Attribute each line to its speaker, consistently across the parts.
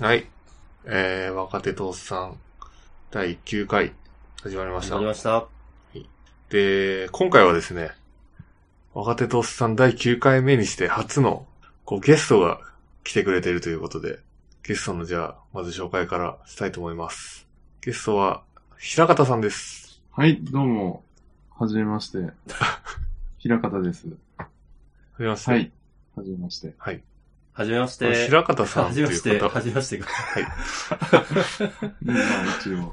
Speaker 1: はい。えー、若手とおっさん、第9回、始まりまし
Speaker 2: 始
Speaker 1: た
Speaker 2: まり。ました。
Speaker 1: で、今回はですね、若手とおっさん第9回目にして初の、こう、ゲストが来てくれてるということで、ゲストのじゃあ、まず紹介からしたいと思います。ゲストは、平方さんです。
Speaker 3: はい、どうも。はじめ まして。平方です。
Speaker 1: はじめまして。
Speaker 3: はい。はじめまして。
Speaker 2: はじめまし
Speaker 1: この
Speaker 2: て。
Speaker 1: 平方さん
Speaker 2: は
Speaker 1: と
Speaker 2: じ
Speaker 1: い
Speaker 2: めまし
Speaker 1: う
Speaker 2: て。
Speaker 1: 方、
Speaker 2: はじめまして。
Speaker 3: まあ一応、はい。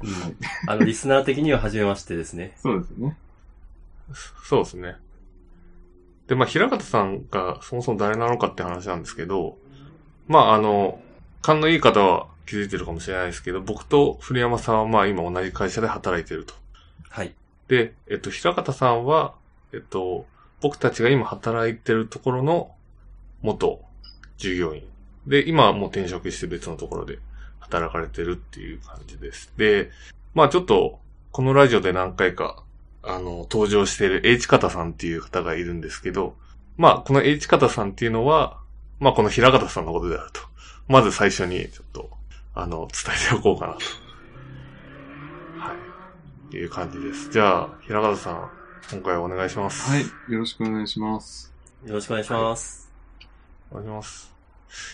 Speaker 2: あの、リスナー的にははじめましてですね。
Speaker 3: そうですね。
Speaker 1: そうですね。で、まあ、平方さんがそもそも誰なのかって話なんですけど、まあ、あの、勘のいい方は気づいてるかもしれないですけど、僕と古山さんはまあ、今同じ会社で働いてると。
Speaker 2: はい。
Speaker 1: で、えっと、平方さんは、えっと、僕たちが今働いてるところの元従業員。で、今はもう転職して別のところで働かれてるっていう感じです。で、まあちょっと、このラジオで何回か、あの、登場している H 方さんっていう方がいるんですけど、まあこの H 方さんっていうのは、まあこの平方さんのことであると。まず最初にちょっと、あの、伝えておこうかなと。はい。っていう感じです。じゃあ、平方さん、今回お願いします。
Speaker 3: はい。よろしくお願いします。
Speaker 2: よろしくお願いします。
Speaker 1: お願いします。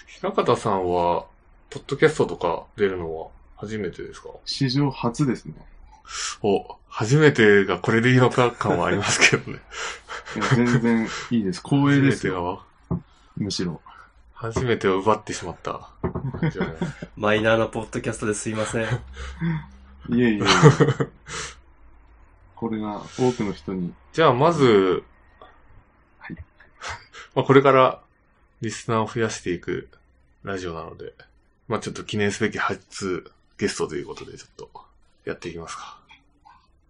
Speaker 1: 平方さんは、ポッドキャストとか出るのは初めてですか
Speaker 3: 史上初ですね。
Speaker 1: お、初めてがこれでいいのか感はありますけどね。
Speaker 3: いや、全然いいです。光栄で
Speaker 1: 初
Speaker 3: す
Speaker 1: めて
Speaker 3: よ。
Speaker 1: は、
Speaker 3: むしろ。
Speaker 1: 初めてを奪ってしまった感じはね。
Speaker 2: マイナーなポッドキャストですいません。
Speaker 3: い えいえ。これが多くの人に。
Speaker 1: じゃあ、まず、
Speaker 3: はい
Speaker 1: まあこれからリスナーを増やしていくラジオなので、まあちょっと記念すべき初ゲストということで、ちょっとやっていきますか。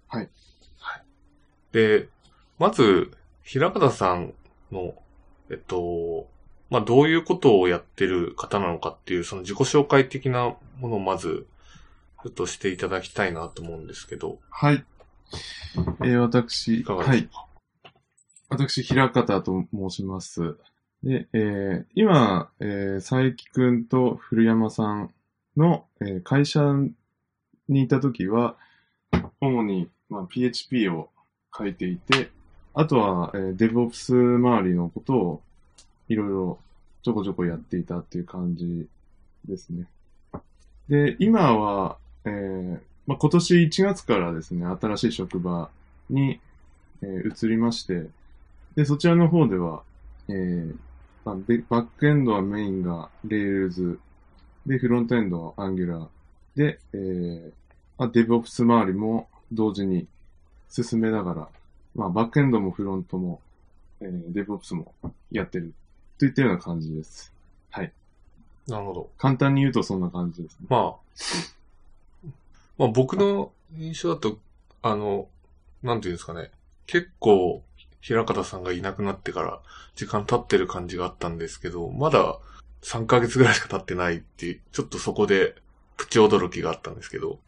Speaker 3: はい。
Speaker 1: はい。で、まず、平方さんの、えっと、まあどういうことをやってる方なのかっていう、その自己紹介的なものをまず、ちょっとしていただきたいなと思うんですけど、
Speaker 3: はい。えー、
Speaker 1: い
Speaker 3: 私、
Speaker 1: かが
Speaker 3: は
Speaker 1: でし
Speaker 3: い
Speaker 1: ょう。か、
Speaker 3: 私、平方と申します。で、えー今、えー佐伯くんと古山さんの、えー会社にいた時は、主に、まあ、PHP を書いていて、あとは、えー DevOps 周りのことをいろいろちょこちょこやっていたっていう感じですね。で、今は、えーまあ、今年1月からですね、新しい職場に、えー移りまして、で、そちらの方では、えーまあベバックエンドはメインが Rails、で、フロントエンドは Angular、で、えーまあ、DevOps 周りも同時に進めながら、まあ、バックエンドもフロントも、えー、DevOps もやってるといったような感じです。
Speaker 1: なるほど。
Speaker 3: 簡単に言うとそんな感じですね。
Speaker 1: まあ、まあ僕の印象だと、あの、なんていうんですかね、結構、平方さんがいなくなってから時間経ってる感じがあったんですけど、まだ3ヶ月ぐらいしか経ってないっていう、ちょっとそこでプチ驚きがあったんですけど、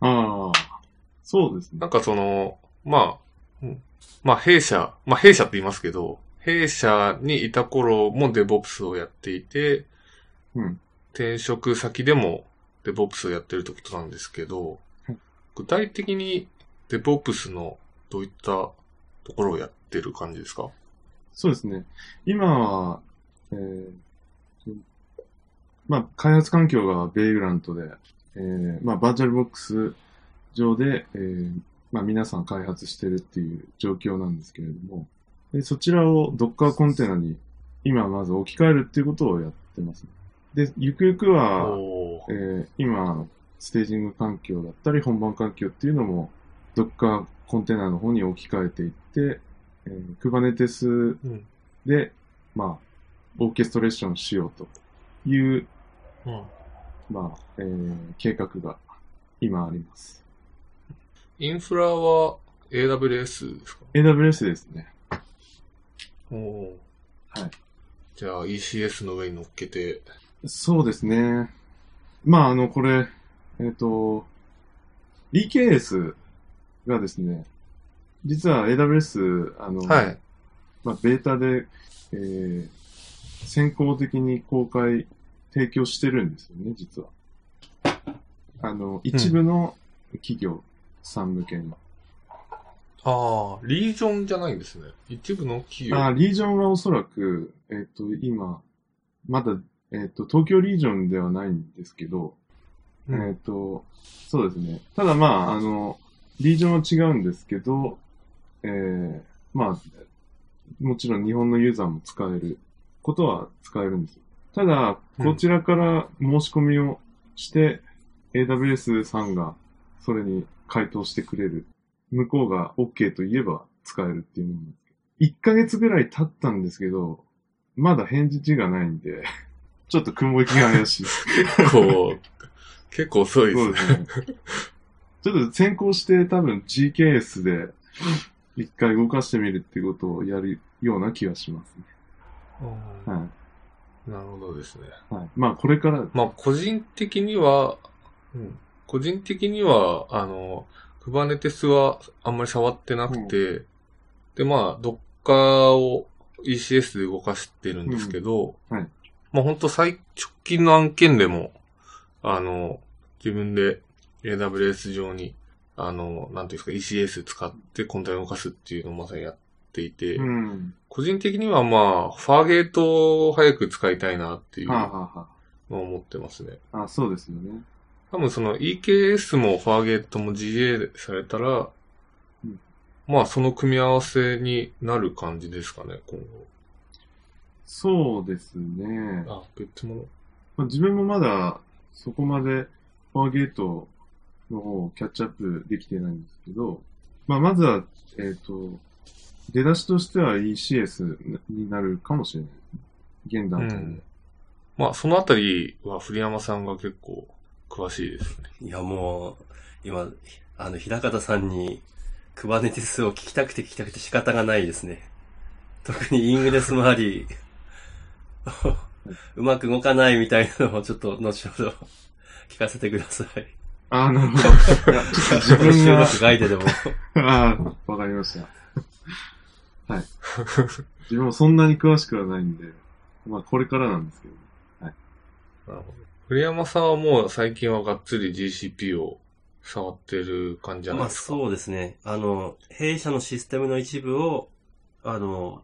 Speaker 3: ああ、そうですね
Speaker 1: な。んかその、まあ、うんまあ弊社、まあ弊社って言いますけど、弊社にいた頃も DevOps をやっていて、
Speaker 3: うん。
Speaker 1: 転職先でも DevOps をやってるってことなんですけど
Speaker 3: はい、
Speaker 1: 具体的に DevOps のどういったところをやってる感じですか
Speaker 3: そうですね。今は、えーまあ、開発環境がベイグラントで、えーまあ、バーチャルボックス上で、えーまあ、皆さん開発してるっていう状況なんですけれども、でそちらを Docker コンテナに今まず置き換えるっていうことをやってます。で、ゆくゆくは、
Speaker 1: お
Speaker 3: え
Speaker 1: ー
Speaker 3: ー今、ステージング環境だったり、本番環境っていうのも、Docker コンテナの方に置き換えていって、えー Kubernetes
Speaker 1: うん
Speaker 3: で、まあ、オーケストレーションしようという、
Speaker 1: うん
Speaker 3: まあ、えー計画が今あります。
Speaker 1: インフラは AWS ですか
Speaker 3: AWS ですね。
Speaker 1: おー
Speaker 3: はい
Speaker 1: じゃあ ECS の上に乗っけて、
Speaker 3: そうですね。まあ、あの、これ、えっ、と、EKS がですね、実は AWS、あの、
Speaker 1: はい。
Speaker 3: まあ、ベータで、えー先行的に公開、提供してるんですよね、実は。あの、一部の企業さん向けの。
Speaker 1: ああ、リージョンじゃないんですね。一部の企業。
Speaker 3: あーリージョンはおそらく、えっ、と、今、まだ、えっ、と、東京リージョンではないんですけど、
Speaker 1: うん
Speaker 3: えっ、と、そうですね。ただまあ、あの、リージョンは違うんですけど、えー、まあ、もちろん日本のユーザーも使えることは使えるんですよ。ただ、
Speaker 1: うん
Speaker 3: こちらから申し込みをして、AWS さんがそれに回答してくれる。向こうが OK と言えば使えるっていうものなんですけど。1ヶ月ぐらい経ったんですけど、まだ返事がないんで、ちょっと雲行きが怪しいです。
Speaker 1: 結構、結構遅いです
Speaker 3: そう
Speaker 1: ね。
Speaker 3: ですね。ちょっと先行して多分 GKS で一回動かしてみるっていうことをやるような気がしますね。
Speaker 1: うん
Speaker 3: は
Speaker 1: なるほどですね。
Speaker 3: い。はい、まあこれから、
Speaker 1: まあ、個人的には、うん、個人的には、あの、Kubernetes はあんまり触ってなくて、で、まあ、Docker を ECS で動かしてるんですけど、
Speaker 3: うんはい
Speaker 1: まあ、本当最直近の案件でも、あの、自分で AWS 上に、あの、なんていうんですか、ECS 使ってコンテナを動かすっていうのをまさにやっていて、
Speaker 3: うん。
Speaker 1: 個人的にはまあ、ファーゲートを早く使いたいなっていう
Speaker 3: はあ、
Speaker 1: の
Speaker 3: はあは
Speaker 1: を思ってますね。
Speaker 3: あ、あそうですよね。
Speaker 1: 多分その EKS もファーゲートも GA されたら、
Speaker 3: うん
Speaker 1: まあその組み合わせになる感じですかね、今後。
Speaker 3: そうですね。
Speaker 1: あ、別物。
Speaker 3: まあ、自分もまだそこまでファーゲートの方をキャッチアップできてないんですけど、まあ、まずは、えっ、と、出だしとしては ECS になるかもしれない。現
Speaker 1: う
Speaker 3: 段階で。
Speaker 1: ん。まあそのあたりは古山さんが結構詳しいですね。
Speaker 2: いや、もう、今、あの、平方さんに、クバネティスを聞きたくて聞きたくて仕方がないですね。特にイングレスもあり、 うまく動かないみたいなのをちょっと後ほど聞かせてください。
Speaker 3: ああ、なるほど。いやちょっと自分
Speaker 2: 収
Speaker 3: が、
Speaker 2: 録外ででも。
Speaker 3: ああ、わかりました。はい。自分もそんなに詳しくはないんで、まあこれからなんですけど。
Speaker 1: なるほど。古山さんはもう最近はがっつり GCP を触ってる感じじゃない
Speaker 2: まあ
Speaker 1: ですか。
Speaker 2: そうですね。あの、弊社のシステムの一部を、あの、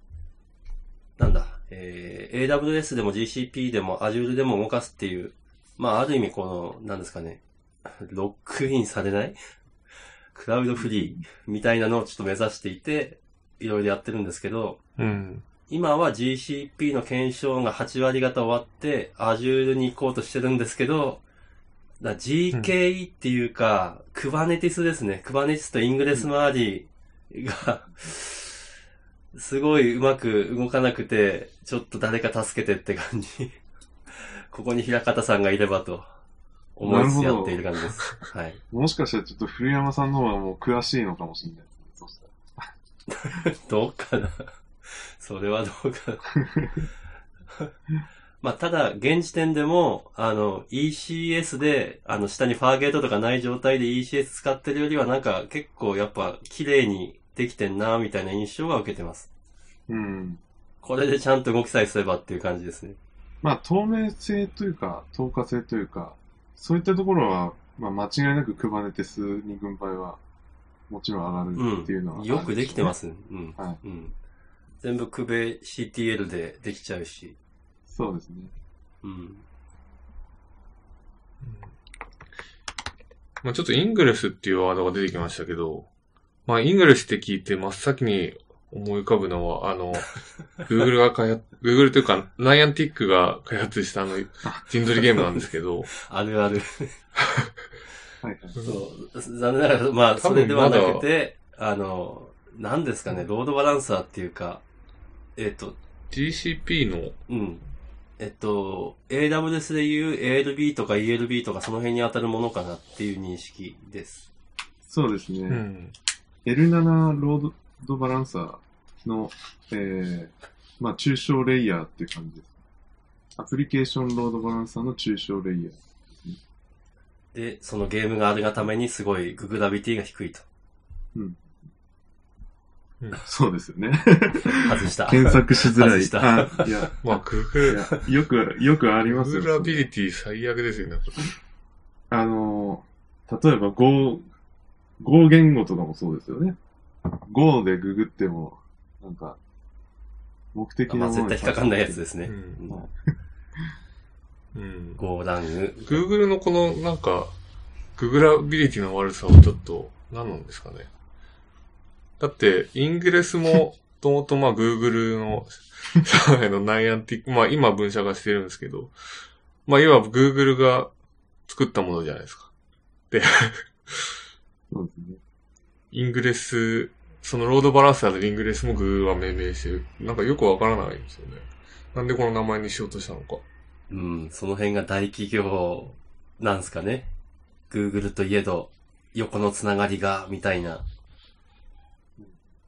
Speaker 2: なんだ、えー AWS でも GCP でも Azure でも動かすっていう、まあある意味この、なんですかね、ロックインされないクラウドフリーみたいなのをちょっと目指していて、いろいろやってるんですけど、
Speaker 1: うん。
Speaker 2: 今は GCP の検証が8割方終わって、Azure に行こうとしてるんですけど、だ GKE っていうか、Kubernetes ですね。Kubernetes と Ingress 周りが、すごいうまく動かなくて、ちょっと誰か助けてって感じ。ここに平方さんがいればと、思いつつやっている感じです。はい。
Speaker 3: もしかしたらちょっと古山さんの方がもう詳しいのかもしれないですね。そしたら
Speaker 2: どうかな。 それはどうかな。 まあ、ただ、現時点でも、あの、ECS で、あの、下にファーゲートとかない状態で ECS 使ってるよりは、なんか、結構やっぱ、綺麗にできてんな、みたいな印象は受けてます。
Speaker 3: うん。
Speaker 2: これでちゃんと動きさえすればっていう感じですね。
Speaker 3: まあ透明性というか、透過性というか、そういったところは、まあ間違いなく Kubernetes に軍配はもちろん上がるっていうのは、。
Speaker 2: うん。よくできてますす。うん。
Speaker 3: はい
Speaker 2: うん。全部、クベ CTL でできちゃうし。
Speaker 3: そうですね。
Speaker 2: うん。
Speaker 1: まあちょっとイングレスっていうワードが出てきましたけど、まあイングレスって聞いて真っ先に思い浮かぶのは、あ の、Google が開発、Google というか、ナイアンティックが開発したあの、陣取りゲームなんですけど、
Speaker 2: あるある。
Speaker 3: はいはい。
Speaker 2: そう、残念ながら、まあ、
Speaker 1: 多
Speaker 2: そ
Speaker 1: 分
Speaker 2: れではなくて、あの、何ですかね、ロードバランサーっていうか、えっと、
Speaker 1: GCP の、
Speaker 2: うん。えっと、AWS でいう ALB とか ELB とかその辺に当たるものかなっていう認識です。
Speaker 3: そうですね。
Speaker 1: うん、
Speaker 3: L7 ロードバランサーの、えー、まあ、中小レイヤーっていう感じです。アプリケーションロードバランサーの中小レイヤー。
Speaker 2: で、そのゲームがあるがためにすごいググラビティが低いと。
Speaker 3: そうですよね。
Speaker 2: 外した。
Speaker 3: 検索しづら
Speaker 2: 外
Speaker 3: い。
Speaker 2: した
Speaker 3: あいや、
Speaker 1: まあ Google、
Speaker 3: いやよく、よくあります
Speaker 1: Google
Speaker 3: よ
Speaker 1: ア。ビリティ最悪ですよね。
Speaker 3: あのー、例えば Go、Go 言語とかもそうですよね。Go でググっても、なんか、目的
Speaker 2: ま
Speaker 3: の
Speaker 2: あ、絶
Speaker 3: ものに
Speaker 2: 対引っかかんないやつです
Speaker 1: う
Speaker 2: ね。
Speaker 1: ん。うん。
Speaker 2: ゴーラング。
Speaker 1: Google のこのなんか、ググラビリティの悪さはちょっと何なんですかね。だって、イングレスも、 ともとまあ Google の、上海のナイアンティック、まあ今分社化してるんですけど、まあ今 Google が作ったものじゃないですか。で、
Speaker 3: そうですね。
Speaker 1: イングレス、そのロードバランサーでイングレスも Google は命名してる。なんかよくわからないんですよね。なんでこの名前にしようとしたのか。
Speaker 2: うん、その辺が大企業なんすかね。Google といえど、横のつながりが、みたいな。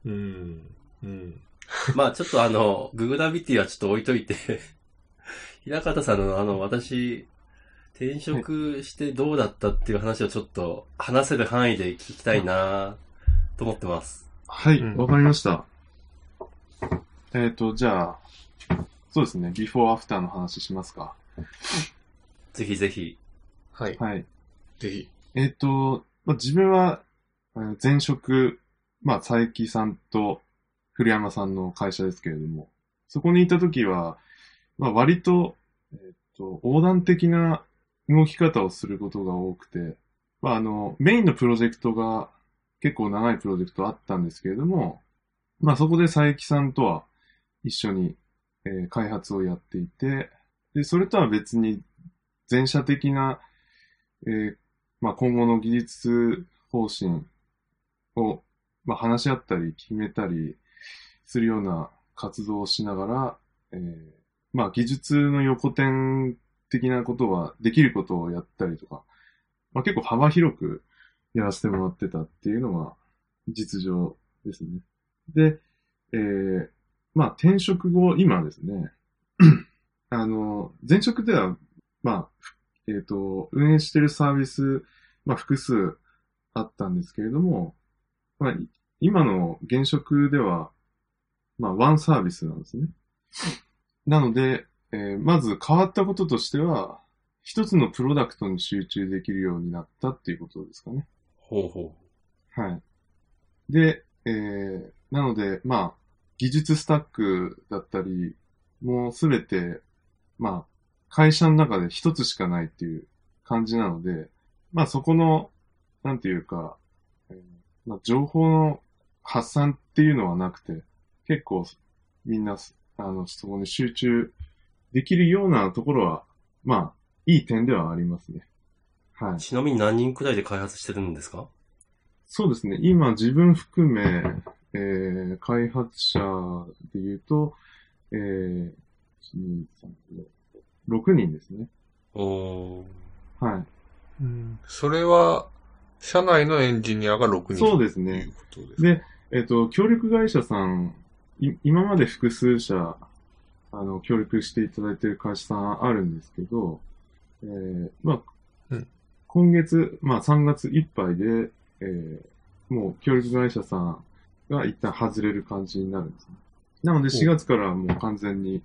Speaker 1: うん。うん。
Speaker 2: まあちょっとあの、ググラビティはちょっと置いといて、 平方さんのあの、私、転職してどうだったっていう話をちょっと話せる範囲で聞きたいなと思ってます。
Speaker 3: はい、
Speaker 1: うん
Speaker 3: わ、かりました。えっ、と、じゃあ、そうですね、ビフォーアフターの話しますか。
Speaker 2: ぜひぜひ。
Speaker 1: はい。
Speaker 3: はい。
Speaker 1: ぜひ。
Speaker 3: えっ、と、まあ、自分は、えー前職、まあ、佐伯さんと古山さんの会社ですけれども、そこにいた時は、まあ、割と、えっ、と、横断的な動き方をすることが多くて、まあ、あの、メインのプロジェクトが結構長いプロジェクトあったんですけれども、まあ、そこで佐伯さんとは一緒に、えー開発をやっていて、で、それとは別に前者的な、えーまあ、今後の技術方針を、まあ、話し合ったり決めたりするような活動をしながら、えーまあ、技術の横転的なことは、できることをやったりとか、まあ、結構幅広くやらせてもらってたっていうのが実情ですね。で、えーまあ、転職後、今ですね、 あの、前職では、まあ、えっ、と、運営してるサービス、まあ、複数あったんですけれども、まあ、い今の現職では、まあ、ワンサービスなんですね。なので、えーまず変わったこととしては、一つのプロダクトに集中できるようになったっていうことですかね。
Speaker 2: ほうほ。。
Speaker 3: はい。で、えー、なので、まあ、技術スタックだったり、もうすべて、まあ、会社の中で一つしかないっていう感じなので、まあそこの、なんていうか、えーまあ、情報の発散っていうのはなくて、結構みんな、あの、そこに集中できるようなところは、まあ、いい点ではありますね。はいう
Speaker 2: ちなみに何人くらいで開発してるんですか
Speaker 3: そうですね。今、自分含め、えー、開発者で言うと、えー、1 2 3 4 6人ですね。
Speaker 2: おー。
Speaker 3: は
Speaker 1: それは、社内のエンジニアが6人。
Speaker 3: い。そうですね
Speaker 1: という。ことです。
Speaker 3: で、えっ、と、協力会社さん、い今まで複数社、あの、協力していただいている会社さんあるんですけど、えー、ま
Speaker 1: う
Speaker 3: あ、
Speaker 1: ん
Speaker 3: 今月、まあ3月いっぱいで、えー、もう協力会社さんが一旦外れる感じになるんですね。なので
Speaker 1: お
Speaker 3: 4月からはもう完全に、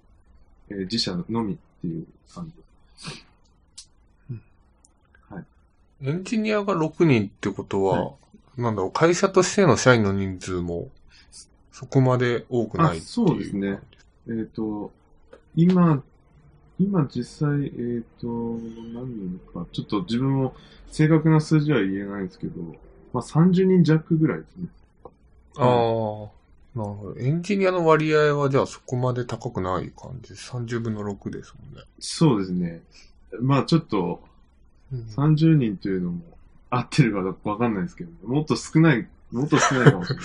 Speaker 3: えー自社のみっていう感じです。
Speaker 1: エンジニアが6人ってことは、
Speaker 3: は
Speaker 1: なんだろう、会社としての社員の人数も、そこまで多くないっていう。
Speaker 3: あそうですね。えっ、と、今、今実際、えっ、と、何人か、ちょっと自分も正確な数字は言えないんですけど、まあ30人弱ぐらいですね。
Speaker 1: ああ、なるほど。エンジニアの割合は、じゃあそこまで高くない感じ。30分の6ですもんね。
Speaker 3: そうですね。まあちょっと、
Speaker 1: うん
Speaker 3: 30人というのも合ってるかどうかわかんないですけど、もっと少ない、もっと少ないかも しれ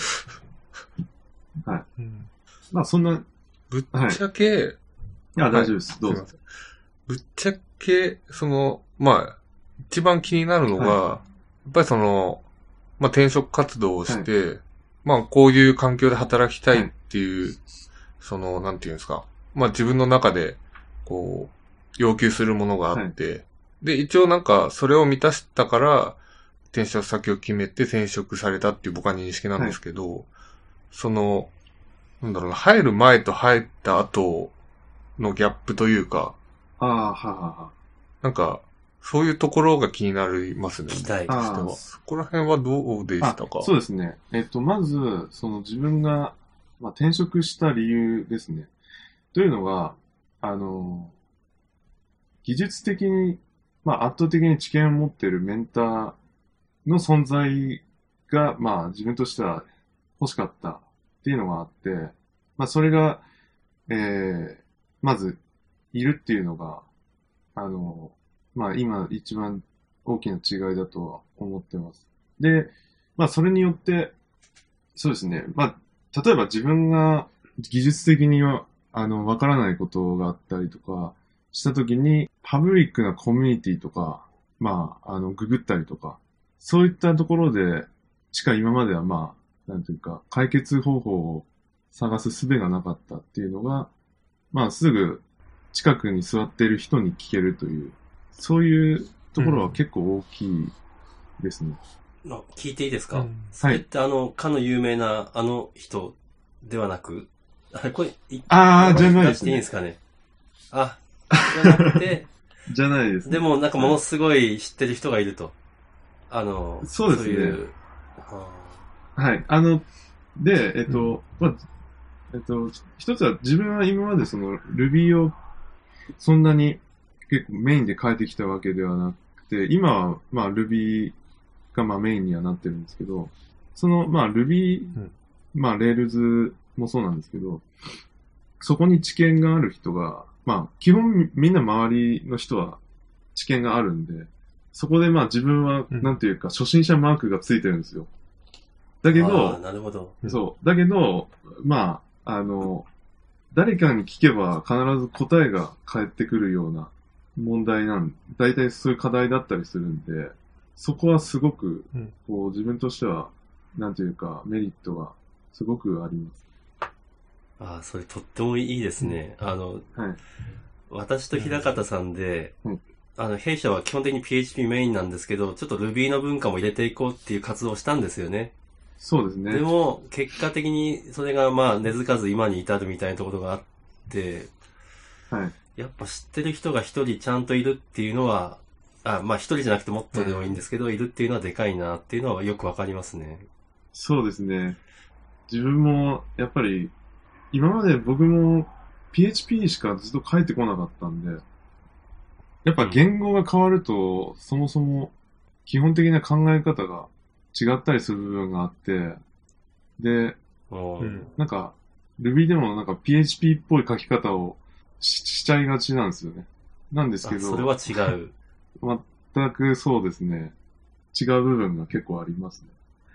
Speaker 3: ない。
Speaker 1: うん
Speaker 3: まあそんな、
Speaker 1: ぶっちゃけ、
Speaker 3: あ大丈夫です。どう
Speaker 1: すいま。
Speaker 3: ぞ
Speaker 1: せんぶっちゃけ、その、まあ、一番気になるのが、
Speaker 3: は
Speaker 1: やっぱりその、まあ転職活動をして、まあこういう環境で働きたいっていう、その、なんていうんですか、まあ自分の中で、こう、要求するものがあって、で、一応なんかそれを満たしたから、転職先を決めて転職されたっていう僕は認識なんですけど、その、なんだろうな、入る前と入った後のギャップというか、
Speaker 3: ああ、はあはあはあ。
Speaker 1: なんか、そういうところが気になりますね。
Speaker 2: 聞きたい
Speaker 1: としては
Speaker 3: あー
Speaker 1: そこら辺はどうでしたか
Speaker 3: あそうですね。えっと、まず、その自分が、まあ、転職した理由ですね。というのが、あの、技術的に、まあ、圧倒的に知見を持っているメンターの存在が、まあ、自分としては欲しかったっていうのがあって、まあ、それが、えー、まず、いるっていうのが、あの、まあ、今一番大きな違いだとは思ってます。で、まあ、それによって、そうですね。まあ、例えば自分が技術的には、あの、わからないことがあったりとかしたときに、パブリックなコミュニティとか、まあ、あの、ググったりとか、そういったところで、しか今まではまあ、なんていうか、解決方法を探す術がなかったっていうのが、まあ、すぐ近くに座っている人に聞けるという、そういうところは結構大きいですね。
Speaker 2: あ聞いていいです
Speaker 1: うん
Speaker 2: か、
Speaker 3: は
Speaker 2: えっ
Speaker 3: い。
Speaker 2: とあの、かの有名なあの人ではなく、あれ、これ、い
Speaker 3: ああ、じゃないで
Speaker 2: 出し
Speaker 3: す
Speaker 2: ていいん
Speaker 3: ね
Speaker 2: で。すかね。あ、じゃなくて、
Speaker 3: じゃないですね。
Speaker 2: でもなんかものすごい知ってる人がいると。あの、
Speaker 3: そうですね
Speaker 2: いうあ
Speaker 3: はい。あの、で、えっと、まあ、えっと、一つは自分は今までその Ruby をそんなに結構メインで変えてきたわけではなくて、今はまあ Ruby がまあメインにはなってるんですけど、そのまあ Ruby、
Speaker 1: ん
Speaker 3: まあ Rails もそうなんですけど、そこに知見がある人が、まあ基本みんな周りの人は知見があるんで、そこでまあ自分は
Speaker 1: うん
Speaker 3: なんていうか初心者マークがついてるんですよ。だ
Speaker 2: ー
Speaker 3: け
Speaker 2: あー
Speaker 3: ど、
Speaker 2: なるほど。
Speaker 1: うん
Speaker 3: そう。だけど、まあ、あの、誰かに聞けば必ず答えが返ってくるような問題なん、大体そういう課題だったりするんで、そこはすごく
Speaker 1: うん、
Speaker 3: こう自分としては、なんていうか、メリットがすごくあります。
Speaker 2: ああ、それとってもいいですね。あの、
Speaker 3: はい
Speaker 2: 私と平方さんで、
Speaker 3: うん
Speaker 2: あの、弊社は基本的に PHP メインなんですけど、ちょっと Ruby の文化も入れていこうっていう活動をしたんですよね。
Speaker 3: そうです
Speaker 2: で
Speaker 3: ね。
Speaker 2: も、結果的にそれがまあ根付かず今に至るみたいなところがあって、
Speaker 3: はい。
Speaker 2: やっぱ知ってる人が一人ちゃんといるっていうのは、あ、まあ一人じゃなくてもっとでもいいんですけど、いるっていうのはでかいなっていうのはよくわかりますね。
Speaker 3: そうですね。自分も、やっぱり、今まで僕も PHP しかずっと書いてこなかったんで、やっぱ言語が変わると、そもそも基本的な考え方が違ったりする部分があって、で、
Speaker 2: もう
Speaker 1: うん
Speaker 3: なんか、Ruby でもなんか PHP っぽい書き方をししちゃいがちなんですよね。なんですけ
Speaker 2: あ
Speaker 3: ど、
Speaker 2: それは違う。
Speaker 3: 全くそうですね。違う部分が結構あります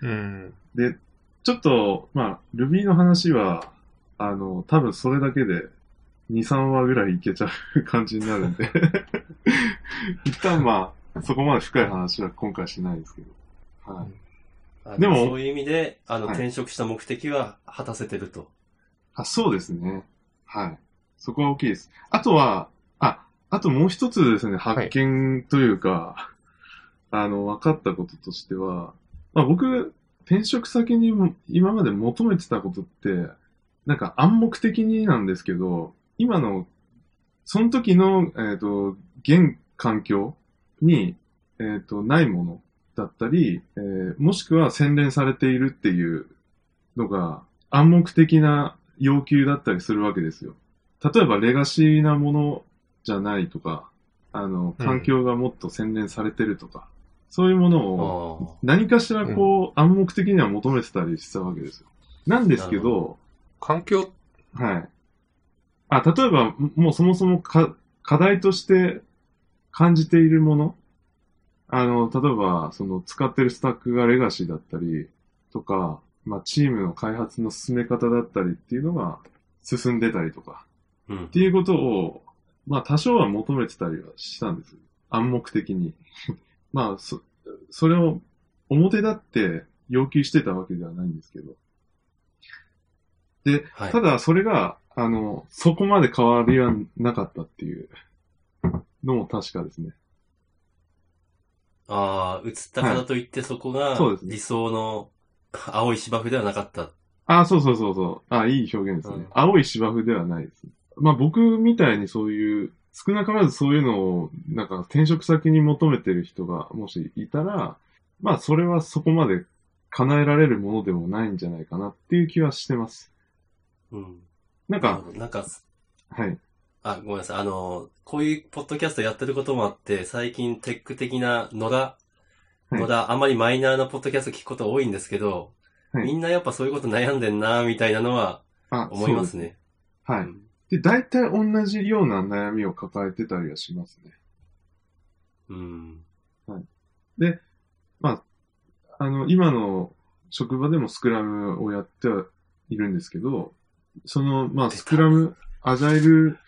Speaker 3: ね。
Speaker 1: うん。
Speaker 3: で、ちょっと、まあ、Ruby の話は、あの、多分それだけで、2、3話ぐらいいけちゃう感じになるんで。一旦まあ、そこまで深い話は今回しないですけど。はい。
Speaker 2: あ
Speaker 3: でも
Speaker 2: そういう意味で、あの、
Speaker 3: はい
Speaker 2: 転職した目的は果たせてると。
Speaker 3: あ、そうですね。はい。そこは大きいです。あとは、あ、あともう一つですね、発見というか、あの、分かったこととしては、まあ僕、転職先にも今まで求めてたことって、なんか暗黙的になんですけど、今の、その時の、えっ、と、現環境に、えっ、と、ないものだったり、えーもしくは洗練されているっていうのが暗黙的な要求だったりするわけですよ。例えばレガシーなものじゃないとか、あの、
Speaker 1: うん
Speaker 3: 環境がもっと洗練されてるとか、そういうものを、
Speaker 2: あ
Speaker 3: 何かしらこう、暗黙的には求めてたりしたわけですよ。なんですけ
Speaker 2: なる
Speaker 3: ど、
Speaker 1: 環境、
Speaker 3: はい。あ、例えば、ももうそもそもか課題として感じているものあの、例えば、その使ってるスタックがレガシーだったりとか、まあ、チームの開発の進め方だったりっていうのが進んでたりとか、
Speaker 2: ーうん
Speaker 3: っ。ていうことを、まあ多少は求めてたりはしたんです。暗黙的に。 まあ、そ、それを表立って要求してたわけではないんですけど。で、
Speaker 2: はい
Speaker 3: ただそれが、あの、そこまで変わりはなかったっていうのも確かですね。
Speaker 2: ああ、映ったからといってそこが
Speaker 3: そうですね
Speaker 2: 理想の青い芝生ではなかった。
Speaker 3: あ、そうそうそうそう。あ、いい表現ですね。
Speaker 2: うん
Speaker 3: 青い芝生ではないですね。まあ僕みたいにそういう少なからずそういうのを、なんか転職先に求めてる人がもしいたら、まあそれはそこまで叶えられるものでもないんじゃないかなっていう気はしてます。
Speaker 2: うん。
Speaker 3: なん
Speaker 2: なる
Speaker 3: か、
Speaker 2: ほどなんか、
Speaker 3: はい。
Speaker 2: あ、ごめんなさい。あの、こういうポッドキャストやってることもあって、最近テック的な野田、
Speaker 3: はい
Speaker 2: 野田、あまりマイナーなポッドキャスト聞くこと多いんですけど、
Speaker 3: はい
Speaker 2: みんなやっぱそういうこと悩んでんな、みたいなのは
Speaker 3: あ、
Speaker 2: 思います
Speaker 3: そうで
Speaker 2: ね。
Speaker 3: す。はい。で、大体同じような悩みを抱えてたりはしますね。
Speaker 2: うん。
Speaker 3: あの、今の職場でもスクラムをやってはいるんですけど、その、まあ、
Speaker 2: 出た
Speaker 3: スクラム、アジャイル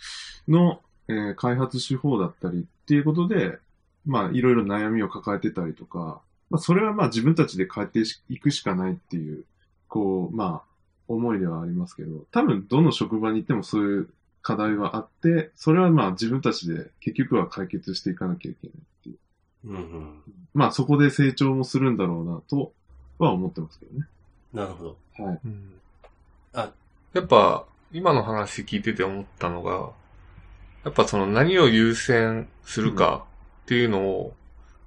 Speaker 3: の、えー開発手法だったりっていうことで、まあ、いろいろ悩みを抱えてたりとか、まあ、それはまあ自分たちで変えていくしかないっていう、こう、まあ、思いではありますけど、多分どの職場に行ってもそういう課題はあって、それはまあ自分たちで結局は解決していかなきゃいけないっていう。
Speaker 2: うん、うん。
Speaker 3: まあそこで成長もするんだろうなとは思ってますけどね。
Speaker 2: なるほど。
Speaker 3: はい。
Speaker 1: うん
Speaker 2: あ
Speaker 1: やっぱ、今の話聞いてて思ったのが、やっぱその何を優先するかっていうのを、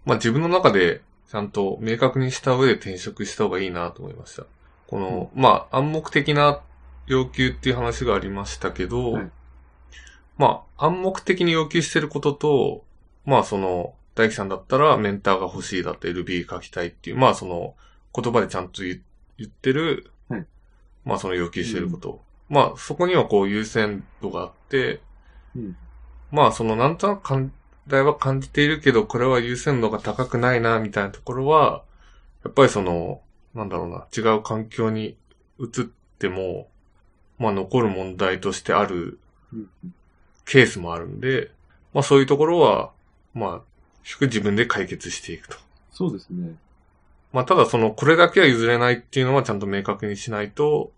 Speaker 1: まあ自分の中でちゃんと明確にした上で転職した方がいいなと思いました。この、まあ暗黙的な要求っていう話がありましたけど、
Speaker 3: はい
Speaker 1: まあ暗黙的に要求してることと、まあその、大輝さんだったらメンターが欲しいだって LB 書きたいっていう、まあその言葉でちゃんと言言ってるまあその要求していること。まあそこにはこう優先度があって、
Speaker 3: うん
Speaker 1: まあそのなんとなく感題は感じているけど、これは優先度が高くないな、みたいなところは、やっぱりその、なんだろうな、違う環境に移っても、まあ残る問題としてある
Speaker 3: うん
Speaker 1: ケースもあるんで、まあそういうところは、まあ、自分で解決していくと。
Speaker 3: そうですね。
Speaker 1: まあ、ただその、これだけは譲れないっていうのはちゃんと明確にしないと、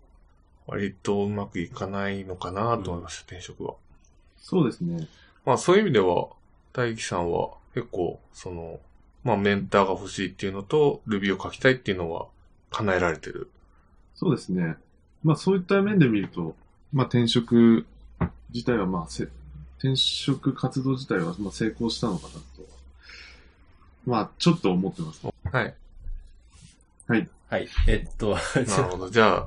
Speaker 1: 割とうまくいかないのかなと思いました、転職は。
Speaker 3: そうですね。
Speaker 1: まあ、そういう意味では、大輝さんは結構、その、まあ、メンターが欲しいっていうのと、Ruby を書きたいっていうのは叶えられてる。
Speaker 3: そうですね。まあそういった面で見ると、まあ転職自体はまあせ、転職活動自体はまあ成功したのかなと。まあちょっと思ってます。
Speaker 1: はい。
Speaker 2: はい。えっと、
Speaker 1: なるほど。じゃ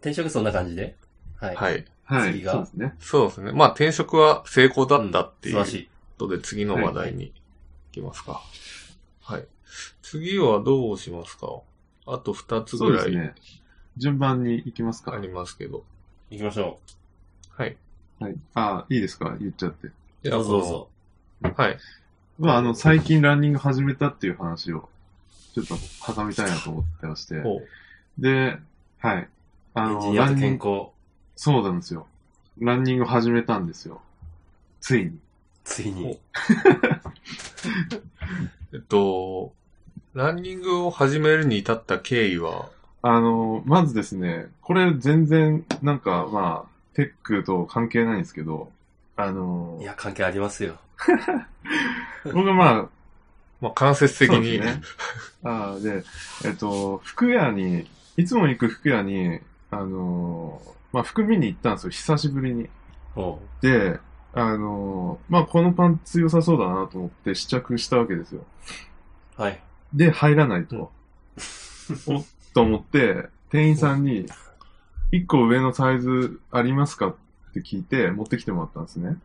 Speaker 2: 転職そんな感じで。はい。
Speaker 1: あ、はい。
Speaker 3: はい。
Speaker 2: 次が
Speaker 3: そうですね。
Speaker 1: そうですね。まあ、転職は成功だ
Speaker 2: う
Speaker 1: っ
Speaker 2: ん
Speaker 1: たっていう
Speaker 2: 素晴らしい。
Speaker 1: ことで、次の話題に行きますか。はい。次はどうしますかあと二つ
Speaker 3: そう
Speaker 1: ぐら
Speaker 3: です
Speaker 1: い
Speaker 3: ね。順番に行きますか。
Speaker 1: ありますけど。
Speaker 2: 行きましょ
Speaker 1: はい。
Speaker 3: はい。あいいですか言っちゃって。
Speaker 2: う。どうぞどうぞ。
Speaker 1: はい。
Speaker 3: まあ、あの、最近ランニング始めたっていう話を、ちょっと挟みたいなと思ってまして。
Speaker 1: ほう。
Speaker 3: で、はい。あ
Speaker 2: エンジ
Speaker 3: の、
Speaker 2: ニア
Speaker 3: ラ
Speaker 2: と
Speaker 3: ンニ
Speaker 2: 健
Speaker 3: ング、
Speaker 2: 康。
Speaker 3: そうなんですよ。ランニングを始めたんですよ。ついに。
Speaker 2: ついに。
Speaker 1: えっと、ランニングを始めるに至った経緯は、
Speaker 3: あの、まずですね、これ全然、なんか、まあ、テックと関係ないんですけど、あの
Speaker 2: い、や、関係ありますよ。
Speaker 3: 僕はまあ、
Speaker 1: まあ、間接的に、
Speaker 3: そうですねああ、で、えっと、服屋に、いつも行く服屋に、あのーまあ、服見に行ったんですよ、久しぶりに。
Speaker 2: おう
Speaker 3: で、あのーまあ、このパンツ良さそうだなと思って試着したわけですよ。
Speaker 2: はい。
Speaker 3: で、入らないと。おっと思って、店員さんに、一個上のサイズありますかって聞いて、持ってきてもらったんですね。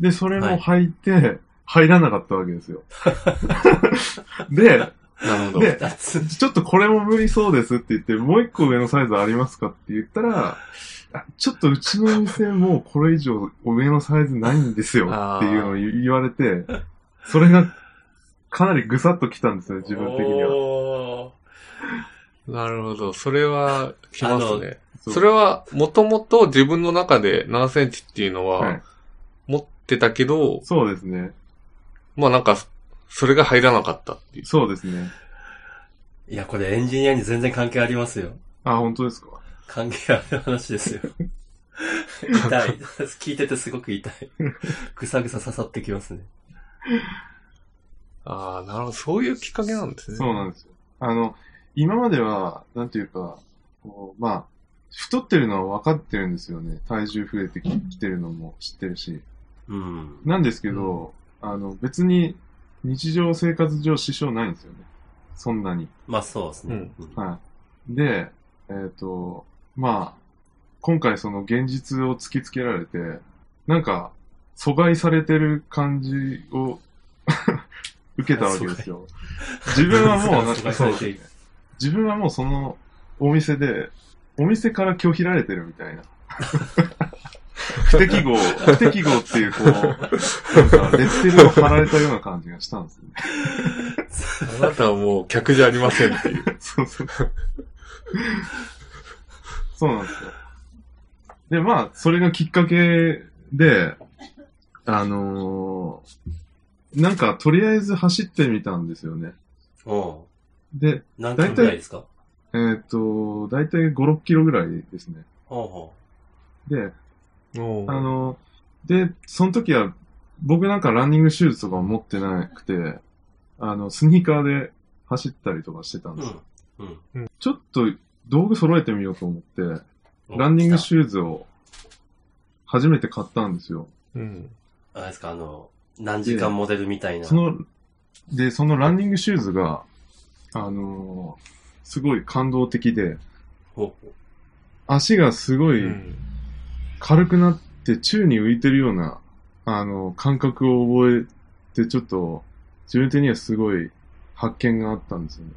Speaker 3: で、それも履いて、入らなかったわけですよ。で、
Speaker 1: なるほど。
Speaker 3: で
Speaker 2: 二つ。
Speaker 3: ちょっとこれも無理そうですって言って、もう一個上のサイズありますかって言ったら、あちょっとうちの店もうこれ以上上のサイズないんですよっていうのを言言われて、それがかなりぐさっときたんですよ、自分的には。
Speaker 2: は。
Speaker 1: なるほど。それは、きますね。
Speaker 3: そう
Speaker 1: それは、もともと自分の中で何センチっていうの
Speaker 3: は、
Speaker 1: はい持ってたけど、
Speaker 3: そうですね。
Speaker 1: まあなんか、それが入らなかったっていう。
Speaker 3: そうですね。
Speaker 2: いや、これエンジニアに全然関係ありますよ。
Speaker 3: あ、本当ですか。
Speaker 2: 関係ある話です よ。痛い。聞いててすごく痛い。ぐさぐさ刺さってきますね。
Speaker 1: ああ、なるほど。そういうきっかけなんですね。
Speaker 3: そうなんですよ。あの、今までは、なんていうか、こうまあ、太ってるのは分かってるんですよね。体重増えてきてるのも知ってるし。
Speaker 2: うん。
Speaker 3: なんですけど、あの、別に日常生活上支障ないんですよね。そんなに。
Speaker 2: まあそうですね。うん
Speaker 3: はい。で、えっ、と、まあ、今回その現実を突きつけられて、なんか、阻害されてる感じを 受けたわけですよ。自分はもう、なん
Speaker 2: 阻
Speaker 3: か
Speaker 2: 害
Speaker 3: そ
Speaker 2: さ
Speaker 3: う
Speaker 2: れている
Speaker 3: 自分はもうそのお店で、お店から拒否られてるみたいな。 不適合、不適合っていうこう、なんかレッテルを貼られたような感じがしたんですよね。
Speaker 1: あなたはもう客じゃありませんっていう。
Speaker 3: そうそう。そうなんですよ。で、まあ、それがきっかけで、あのーなんか、とりあえず走ってみたんですよね。
Speaker 2: うん。
Speaker 3: で、
Speaker 2: 何キロぐらいですか
Speaker 3: えっ、と、だいたい5、6キロぐらいですね。
Speaker 2: ほうほ
Speaker 3: で、
Speaker 1: お
Speaker 3: あ
Speaker 1: ー
Speaker 3: のーで、その時は、僕なんかランニングシューズとかも持ってなくて、あの、スニーカーで走ったりとかしてたん
Speaker 2: う。
Speaker 3: ですよ
Speaker 2: うん。うん。
Speaker 3: ちょっと道具揃えてみようと思って、
Speaker 2: うん
Speaker 3: ランニングシューズを初めて買ったんですよ。
Speaker 1: うん。
Speaker 2: あれですか、あの、何時間モデルみたいな。
Speaker 3: その、で、そのランニングシューズが、あのーすごい感動的で、
Speaker 2: ほうほう
Speaker 3: 足がすご
Speaker 1: う
Speaker 3: い
Speaker 1: ん
Speaker 3: 軽くなって宙に浮いてるような、あの、感覚を覚えて、ちょっと、自分的にはすごい発見があったんですよね。
Speaker 2: うん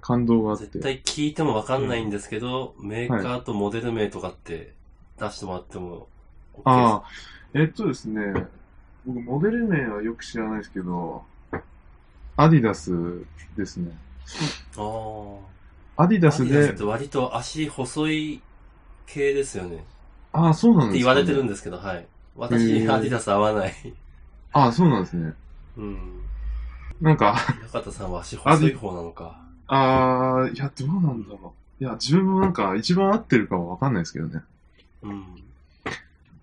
Speaker 3: 感動があっ
Speaker 2: 絶
Speaker 3: て。
Speaker 2: 対聞いてもわかんないんですけど、メーカーとモデル名とかって出してもらっても OK ですか、
Speaker 3: ああ、えっとですね、僕、モデル名はよく知らないですけど、アディダスですね。
Speaker 2: あー。
Speaker 3: アディダ
Speaker 2: ア
Speaker 3: ス
Speaker 2: ディダス
Speaker 3: で
Speaker 2: って、割と足細い系ですよね。
Speaker 3: ああ、そうなん
Speaker 2: って
Speaker 3: ですね
Speaker 2: 言われてるんですけど、はい。
Speaker 3: へ
Speaker 2: 私、
Speaker 3: ー
Speaker 2: アディダス合わない。
Speaker 3: ああ、そうなんですね。
Speaker 2: うん。
Speaker 3: なんか、
Speaker 2: 中田さんは足細い方なのか。
Speaker 3: ああ、いや、どうなんだろう。いや、自分もなんか、一番合ってるかはわかんないですけどね。
Speaker 2: うん。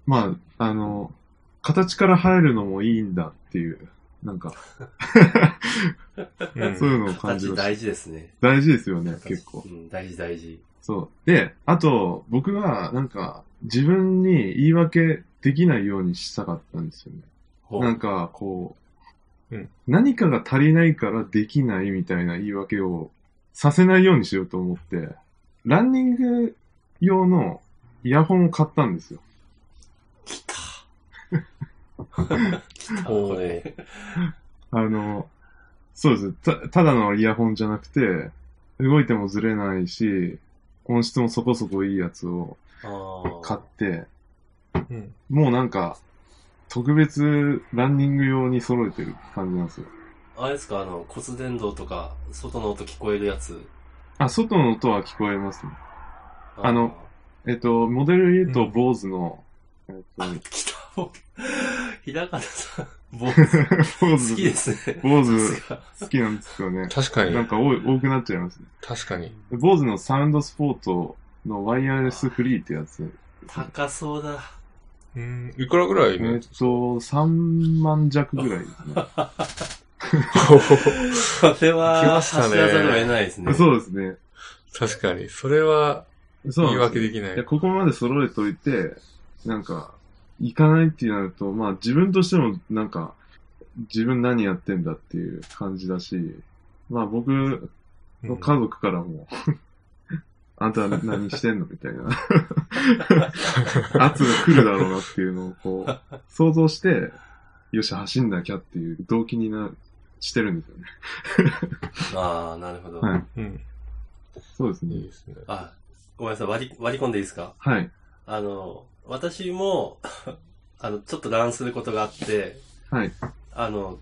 Speaker 3: まあ、あの、形から入るのもいいんだっていう、なんか、
Speaker 1: うん
Speaker 3: そういうのを感じ
Speaker 2: 形
Speaker 3: ました。
Speaker 2: 大事ですね。
Speaker 3: 大事ですよね、結構
Speaker 2: う。ん、大事大事。
Speaker 3: そう。で、あと、僕は、なんか、自分に言い訳できないようにしたかったんですよね。
Speaker 2: ほ
Speaker 3: なん
Speaker 2: う。
Speaker 3: か、こう、
Speaker 1: うん
Speaker 3: 何かが足りないからできないみたいな言い訳をさせないようにしようと思って、ランニング用のイヤホンを買ったんですよ。
Speaker 2: 来た。来た、これ。
Speaker 3: あの、そうです。たただのイヤホンじゃなくて、動いてもずれないし、音質もそこそこいいやつを
Speaker 2: あー
Speaker 3: 買って、
Speaker 1: うん
Speaker 3: もうなんか、特別ランニング用に揃えてる感じなんですよ。
Speaker 2: あれですか、あの、骨伝導とか、外の音聞こえるやつ。
Speaker 3: あ、外の音は聞こえますね。
Speaker 2: あー
Speaker 3: あの、えっと、モデル言う
Speaker 1: う
Speaker 3: と、
Speaker 1: ん
Speaker 3: 坊主の、
Speaker 2: あ
Speaker 3: えっ、
Speaker 2: 来た、もう。平方さん、坊主
Speaker 3: と、坊
Speaker 2: 好き
Speaker 3: 主
Speaker 2: で、すね。
Speaker 3: 坊
Speaker 2: さ
Speaker 3: 主
Speaker 2: すが
Speaker 3: 好きなんですよね。
Speaker 1: 確か
Speaker 3: なん
Speaker 1: に、
Speaker 3: か多い多くなっちゃいますね。
Speaker 1: 確かに。
Speaker 3: 坊主のサウンドスポートのワイヤレスフリーってやつ。
Speaker 2: 高そうだ。
Speaker 1: うん、いくらぐらい
Speaker 3: えっ
Speaker 1: ね。
Speaker 3: と、3万弱ぐらいですね。
Speaker 2: これ
Speaker 1: 来
Speaker 2: は、
Speaker 1: ま
Speaker 2: 走
Speaker 1: したね
Speaker 2: らざるを得ないですね。
Speaker 3: そうですね。
Speaker 1: 確かに。それは
Speaker 3: そう
Speaker 1: 言
Speaker 3: なん
Speaker 1: い訳
Speaker 3: ですよ
Speaker 1: できない
Speaker 3: いや、。ここまで揃えといて、なんか、行かないってなると、まあ自分としても、なんか、自分何やってんだっていう感じだし、まあ僕の家族からも、 あんた何してんのみたいな。圧が来るだろうなっていうのをこう、想像して、よし、走んなきゃっていう動機にな、してるんですよね。
Speaker 2: ああ、なるほど。
Speaker 3: はい
Speaker 1: うん。
Speaker 3: そうです
Speaker 1: いい
Speaker 3: ね。
Speaker 1: ですね。
Speaker 2: あ、ごめんなさい、割り、割り込んでいいですか
Speaker 3: はい。
Speaker 2: あの、私も、 あの、ちょっと乱することがあって、
Speaker 3: はい。
Speaker 2: あの、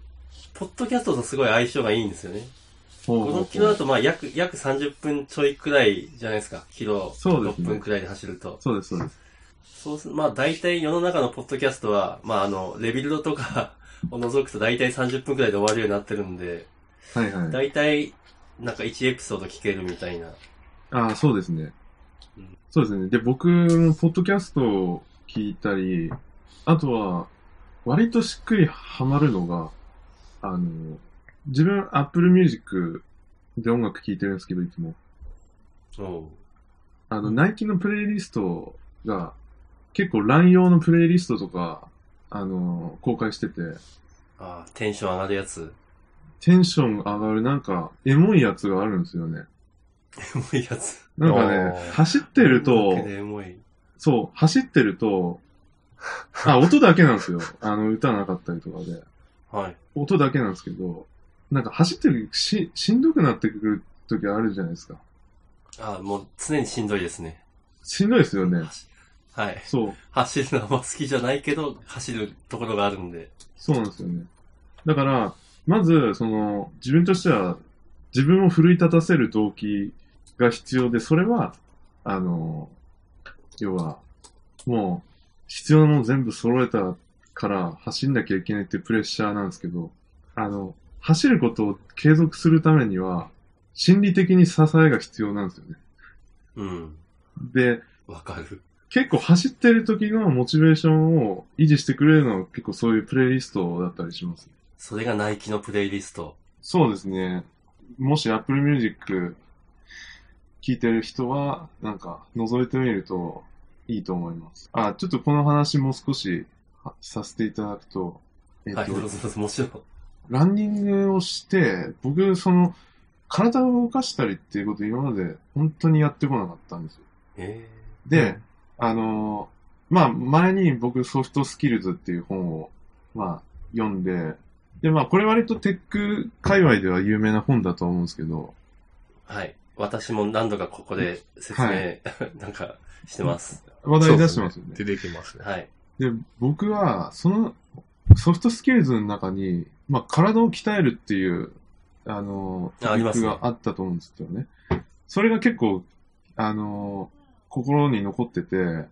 Speaker 2: ポッドキャストとすごい相性がいいんですよね。
Speaker 3: ほ
Speaker 2: 5、6キロだと、まあ、約、約30分ちょいくらいじゃないですか。キロ、
Speaker 3: そうです
Speaker 2: 6
Speaker 3: ね
Speaker 2: 分くらいで走ると。
Speaker 3: そうです、そうです。
Speaker 2: そうする、まあ、大体世の中のポッドキャストは、まあ、あの、レビルドとか を除くと大体30分くらいで終わるようになってるんで、
Speaker 3: はいはい。
Speaker 2: 大体、なんか1エピソード聞けるみたいな。
Speaker 3: ああ、そうですね
Speaker 2: うん。
Speaker 3: そうですね。で、僕も、ポッドキャストを聞いたり、あとは、割としっくりハマるのが、あの、自分、Apple Music で音楽聴いてるんですけど、いつも。
Speaker 2: おう
Speaker 3: あの、ナイキのプレイリストが、結構、乱用のプレイリストとか、あの、公開してて、
Speaker 2: あーテンション上がるやつ。
Speaker 3: テンション上がるなんか、エモいやつがあるんですよね。
Speaker 2: エモいやつ。
Speaker 3: なんか
Speaker 1: あ
Speaker 3: ね
Speaker 1: ー、
Speaker 3: 走ってると
Speaker 2: 音、楽でエモい。
Speaker 3: そう、走ってると、あ、音だけなんですよ。あの、歌なかったりとかで。
Speaker 2: はい。
Speaker 3: 音だけなんですけど、なんか走ってるし、しんどくなってくる時あるじゃないですか。
Speaker 2: あーもう常にしんどいですね。
Speaker 3: しんどいですよね。
Speaker 2: はい。
Speaker 3: そう、
Speaker 2: 走るのはあんま好きじゃないけど、走るところがあるんで。
Speaker 3: そうなんですよね。だから、まず、その、自分としては、自分を奮い立たせる動機が必要で、それは、あの、要は、もう、必要なもの全部揃えたから走んなきゃいけないっていうプレッシャーなんですけど、あの、走ることを継続するためには、心理的に支えが必要なんですよね。
Speaker 2: うん。
Speaker 3: で、
Speaker 2: わかる。
Speaker 3: 結構走ってる時のモチベーションを維持してくれるのは結構そういうプレイリストだったりします。
Speaker 2: それがナイキのプレイリスト。
Speaker 3: そうですね。もし Apple Music 聞いてる人は、なんか覗いてみるといいと思います。あ、ちょっとこの話もう少しはさせていただくと、えっと、
Speaker 2: はい、どうぞどうぞ、もちろん。
Speaker 3: ランニングをして、僕、その、体を動かしたりっていうこと今まで本当にやってこなかったんですよ。
Speaker 2: ええ
Speaker 3: で、あのーまあ、前に僕ソフトスキルズっていう本を、まあ、読んで、で、まあ、これ割とテック界隈では有名な本だと思うんですけど、
Speaker 2: はい。私も何度かここで説明、
Speaker 3: は
Speaker 2: なんかしてます。
Speaker 3: 話題出してますよね。
Speaker 1: 出てきますね。
Speaker 2: はい。
Speaker 3: で、僕は、その、ソフトスキルズの中に、まあ、体を鍛えるっていう、あのー、
Speaker 2: あありますね
Speaker 3: があったと思うんですよね。それが結構、あのー、心に残ってて、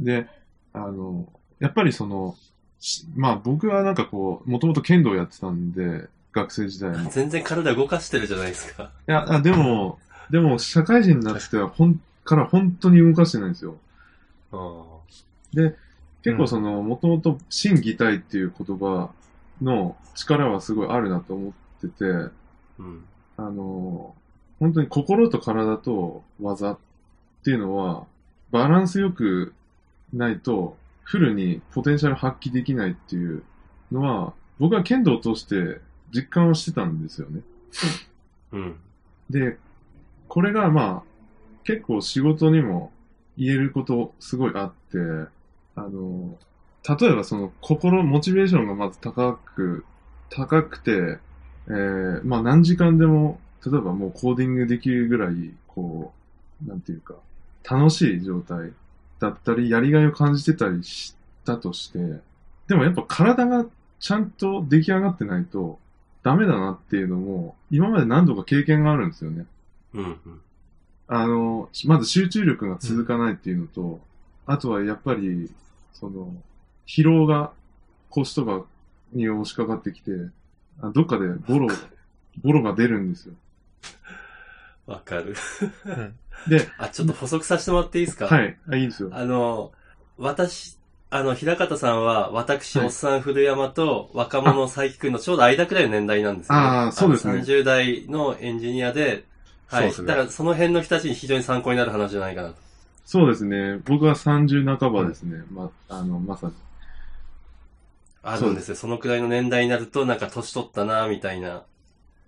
Speaker 3: で、あのー、やっぱりその、しまあ僕はなんかこう、もともと剣道やってたんで、学生時代も。い
Speaker 2: 全然体動かしてるじゃないですか。
Speaker 3: や、あでも、でも社会人になっては、ほん、から本当に動かしてないんですよ。
Speaker 2: うん。
Speaker 3: 結構その、もともと心技体っていう言葉の力はすごいあるなと思ってて、
Speaker 2: うん。
Speaker 3: あの、本当に心と体と技っていうのは、バランスよくないと、フルにポテンシャル発揮できないっていうのは、僕は剣道を通して実感をしてたんですよね。
Speaker 2: うん。
Speaker 3: で、これがまあ、結構仕事にも言えることすごいあって、あの、例えばその心、モチベーションがまず高く、高くて、えーまあ何時間でも、例えばもうコーディングできるぐらい、こう、なんていうか、楽しい状態だったり、やりがいを感じてたりしたとして、でもやっぱ体がちゃんと出来上がってないと、ダメだなっていうのも、今まで何度か経験があるんですよね。
Speaker 2: うん。うん
Speaker 3: あの、まず集中力が続かないっていうのと、あとはやっぱり、その、疲労が腰とかに押しかかってきて、あどっかでボ ロ、ボロが出るんですよ。
Speaker 2: わかる。
Speaker 3: で、
Speaker 2: あ、ちょっと補足させてもらっていいですか
Speaker 3: はい、あいいですよ。
Speaker 2: あの、私、あの、平方さんは、私、
Speaker 3: はい
Speaker 2: おっさん古山と若者佐伯くんのちょうど間くらいの年代なんですね。
Speaker 3: あーそうですね
Speaker 2: あの30代のエンジニアで、はい。
Speaker 1: そうですね
Speaker 2: だからその辺の人たちに非常に参考になる話じゃないかなと。
Speaker 3: そうですね。僕は30半ばですね。ま、あの、まさに。
Speaker 2: あるんですよ。そのくらいの年代になると、なんか年取ったな、みたいな。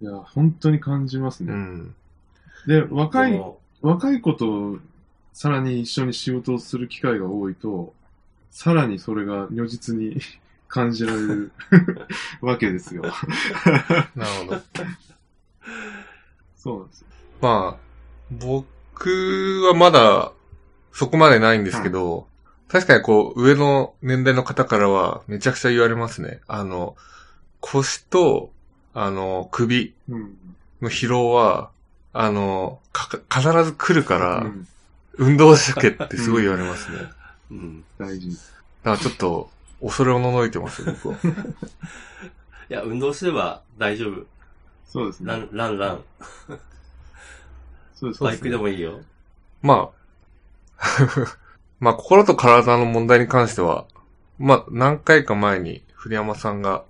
Speaker 3: いや、本当に感じます
Speaker 1: う
Speaker 3: ね。
Speaker 1: ん。
Speaker 3: で、若
Speaker 2: で
Speaker 3: い
Speaker 2: も
Speaker 3: 若い子とさらに一緒に仕事をする機会が多いと、さらにそれが如実に 感じられるわけですよ。
Speaker 1: なるほど。
Speaker 3: そうなんですよ。
Speaker 1: まあ、僕はまだそこまでないんですけど、確かにこう、上の年代の方からはめちゃくちゃ言われますね。あの、腰と、あの、首
Speaker 3: うん。
Speaker 1: の疲労は、あの、かか必ず来るから、
Speaker 3: うん
Speaker 1: 運動しとけってすごい言われますね。だか
Speaker 2: うん。
Speaker 3: 大事。
Speaker 1: らちょっと、恐れをののいてますよ、 僕は。
Speaker 2: いや、運動すれば大丈夫。
Speaker 3: そうです
Speaker 2: ラ
Speaker 3: ね。
Speaker 2: ン、ラン、ラン。
Speaker 3: そうです
Speaker 2: バイクで
Speaker 3: ね。
Speaker 2: もいいよ。
Speaker 1: まあ、 まあ、心と体の問題に関しては、まあ、何回か前に、古山さんが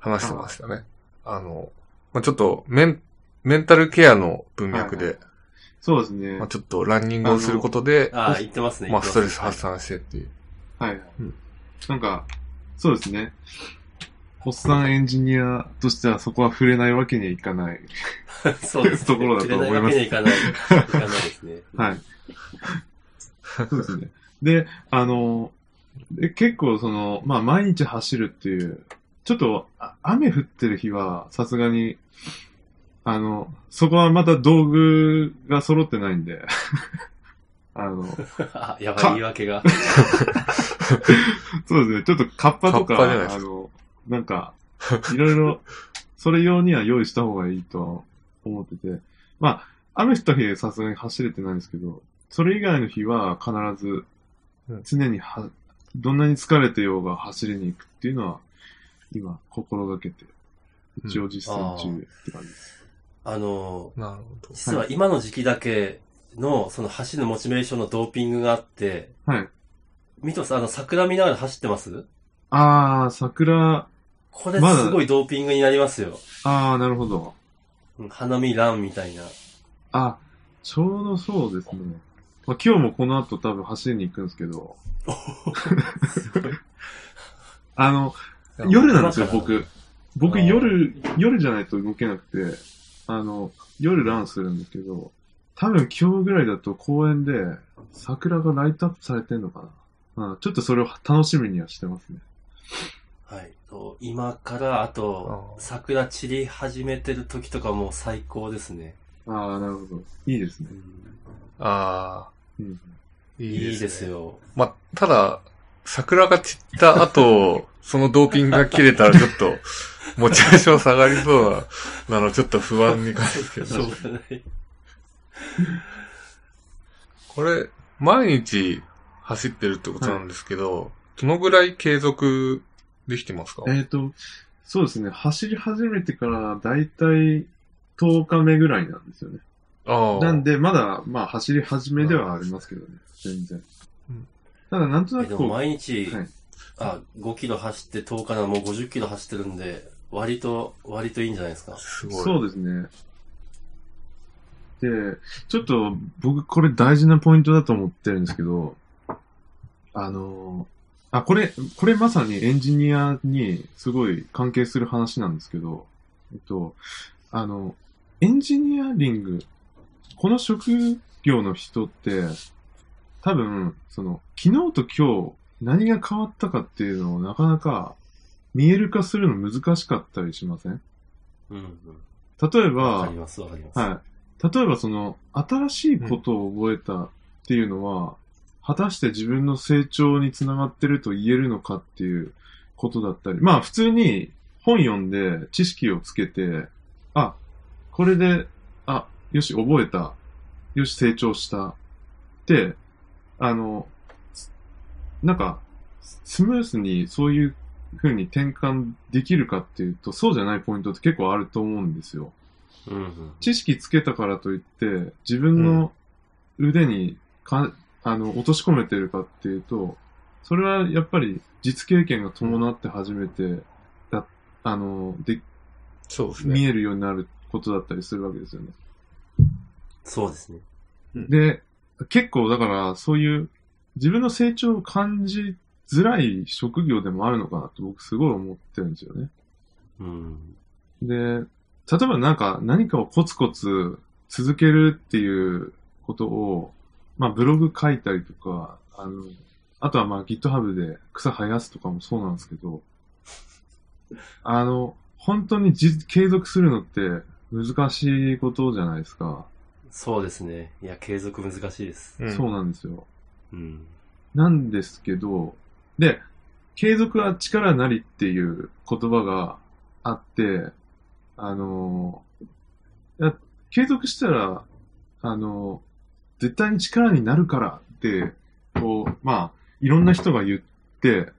Speaker 1: 話してましたね。あの、まあ、ちょっと、メン、メンタルケアの文脈で、
Speaker 3: はいそうですね。
Speaker 1: ま
Speaker 3: は
Speaker 1: あ、ちょっとランニングをすることで、
Speaker 2: ああ、言ってますね。
Speaker 1: まあ、
Speaker 2: 言
Speaker 1: ス
Speaker 2: って
Speaker 1: ト
Speaker 2: ま
Speaker 1: レス発
Speaker 2: す
Speaker 1: 散してっていう。
Speaker 3: い。
Speaker 1: うん
Speaker 3: なんか、そうですね。おっさんエンジニアとしてはそこは触れないわけにはいかない。
Speaker 2: そうです
Speaker 3: ところだと思い ます
Speaker 2: 切れないわけにはいかない。いかないです ね。
Speaker 3: はい。そうですね。で、あの、で結構その、まあ毎日走るっていう、ちょっとあ雨降ってる日はさすがに、あの、そこはまた道具が揃ってないんで、 あの、
Speaker 2: あ、やばい
Speaker 3: か
Speaker 2: 言い訳が。
Speaker 3: そうですね、ちょっとカッパとか、
Speaker 1: カッパじゃないです
Speaker 3: あの、なんか、いろいろ、それ用には用意した方がいいとは思ってて、まあ、雨降った日はさすがに走れてないんですけど、それ以外の日は必ず
Speaker 1: うん、
Speaker 3: 常には、どんなに疲れてようが走りに行くっていうのは、今、心がけて、一応実践中って感じです。
Speaker 2: あの、
Speaker 1: なるほど。
Speaker 2: 実は今の時期だけの、その走るモチベーションのドーピングがあって、
Speaker 3: はい。
Speaker 2: ミトさん、あの、桜見ながら走ってます
Speaker 3: あー、桜、
Speaker 2: これ
Speaker 3: まだ
Speaker 2: すごいドーピングになりますよ。
Speaker 3: あー、なるほど。
Speaker 2: うん花見ランみたいな。
Speaker 3: あ、ちょうどそうですね。まあ、今日もこの後多分走りに行くんですけど、あの、夜なんですよ、
Speaker 2: だから
Speaker 3: 僕。僕、
Speaker 2: あー
Speaker 3: 夜、夜じゃないと動けなくて、あの、夜ランするんですけど、多分今日ぐらいだと公園で桜がライトアップされてんのかな。うん、ちょっとそれを楽しみにはしてますね。
Speaker 2: はい。と今から、あと
Speaker 1: あ、ー
Speaker 2: 桜散り始めてる時とかもう最高ですね。
Speaker 3: ああ、なるほど。いいですね
Speaker 2: う。ん
Speaker 1: あ
Speaker 3: うん、
Speaker 1: あ、いい
Speaker 2: い
Speaker 1: です、ね。
Speaker 2: いですよ。
Speaker 1: まあ、ただ、桜が散った 後、そのドーピングが切れたらちょっと、モチベーション下がりそうな、なのちょっと不安に感じるけ
Speaker 2: しょ
Speaker 1: ど
Speaker 2: う。がない。
Speaker 1: これ、毎日走ってるってことなんですけど、どのぐらい継続できてますか
Speaker 3: えっ、と、そうですね。走り始めてからだいたい10日目ぐらいなんですよね。
Speaker 1: ああ。
Speaker 3: なんで、まだ、まあ、走り始めではありますけどね、全然
Speaker 1: うん。
Speaker 3: ただ、なんとな
Speaker 2: えで
Speaker 3: く
Speaker 2: も
Speaker 3: こ
Speaker 2: 毎日、
Speaker 3: はい
Speaker 2: あ、5キロ走って10日ならもう50キロ走ってるんで、割と、割といいんじゃないですか。
Speaker 1: す
Speaker 3: う、
Speaker 1: ごい。
Speaker 3: そうですね。で、ちょっと、僕、これ大事なポイントだと思ってるんですけど、あの、あ、これ、これまさにエンジニアにすごい関係する話なんですけど、えっと、あの、エンジニアリング、この職業の人って、多分、その、昨日と今日何が変わったかっていうのをなかなか見える化するの難しかったりしません
Speaker 2: うん、うん。
Speaker 3: 例え
Speaker 2: わか
Speaker 3: ば
Speaker 2: り、ます、わかります。
Speaker 3: はい。例えばその、新しいことを覚えたっていうのは、果たして自分の成長につながってると言えるのかっていうことだったり、まあ普通に本読んで知識をつけて、あ、これで、あ、よし、覚えた。よし、成長した。って、あの、すなんか、ススムースにそういう風に転換できるかっていうと、そうじゃないポイントって結構あると思うんですよ。
Speaker 2: うんうん。
Speaker 3: 知識つけたからといって、自分の腕にか、あの、落とし込めてるかっていうと、それはやっぱり実経験が伴って初めて、だ、あの、で、
Speaker 1: そうですね。
Speaker 3: 見えるようになることだったりするわけですよね。
Speaker 2: そうですね。
Speaker 3: で、結構だから、そういう、自分の成長を感じづらい職業でもあるのかなと僕すごい思ってるんですよね。
Speaker 2: うん。
Speaker 3: で、例えばなんか何かをコツコツ続けるっていうことを、まあブログ書いたりとか、あの、あとはまあ GitHub で草生やすとかもそうなんですけど、あの、本当にじ継続するのって難しいことじゃないですか。
Speaker 2: そうですね。いや、継続難しいです。
Speaker 1: うん
Speaker 3: そうなんですよ。
Speaker 2: うん。
Speaker 3: なんですけど、で、継続は力なりっていう言葉があって、あのーいや継続したら、あのー絶対に力になるからって、こう、まあ、いろんな人が言って、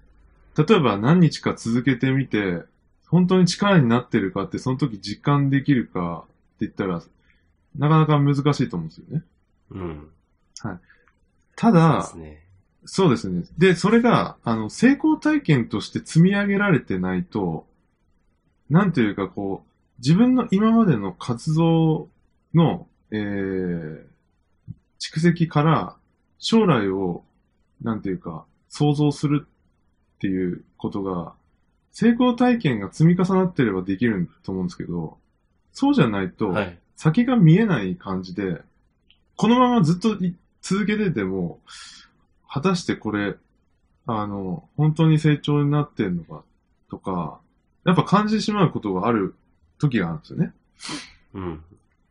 Speaker 3: 例えば何日か続けてみて、本当に力になってるかって、その時実感できるかって言ったら、なかなか難しいと思うんですよね。
Speaker 2: うん。そ
Speaker 3: た
Speaker 2: う
Speaker 3: だ
Speaker 2: で、すね。
Speaker 3: そうですね。で、それが、あの、成功体験として積み上げられてないと、なんというかこう、自分の今までの活動の、えー、蓄積から将来を、なんていうか、想像するっっていうことが、成功体験が積み重なってればできると思うんですけど、そうじゃないと、
Speaker 2: はい。
Speaker 3: 先が見えない感じで、このままずっとい続けてても、果たしてこれ、あの、本当に成長になってんのか、とか、やっぱ感じてしまうことがある時があるんですよね。
Speaker 2: うん。